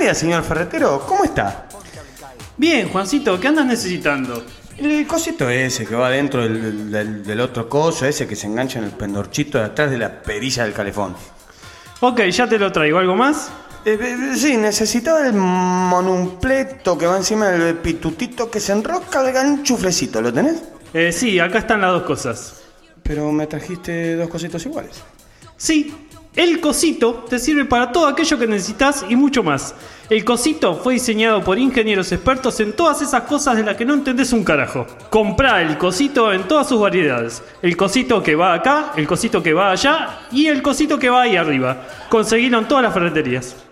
día, señor ferretero. ¿Cómo está? Bien, Juancito, ¿qué andas necesitando? El cosito ese que va dentro del, del- del otro coso, ese que se engancha en el pendorchito de atrás de la perilla del calefón. Ok, ya te lo traigo. ¿Algo más? Eh, eh, sí, necesitaba el monumpleto que va encima del pitutito que se enrosca al ganchuflecito. ¿Lo tenés? Eh, sí, acá están las dos cosas. Pero me trajiste dos cositos iguales. Sí, el cosito te sirve para todo aquello que necesitas y mucho más. El cosito fue diseñado por ingenieros expertos en todas esas cosas de las que no entendés un carajo. Comprá el cosito en todas sus variedades. El cosito que va acá, el cosito que va allá y el cosito que va ahí arriba. Conseguilo en todas las ferreterías.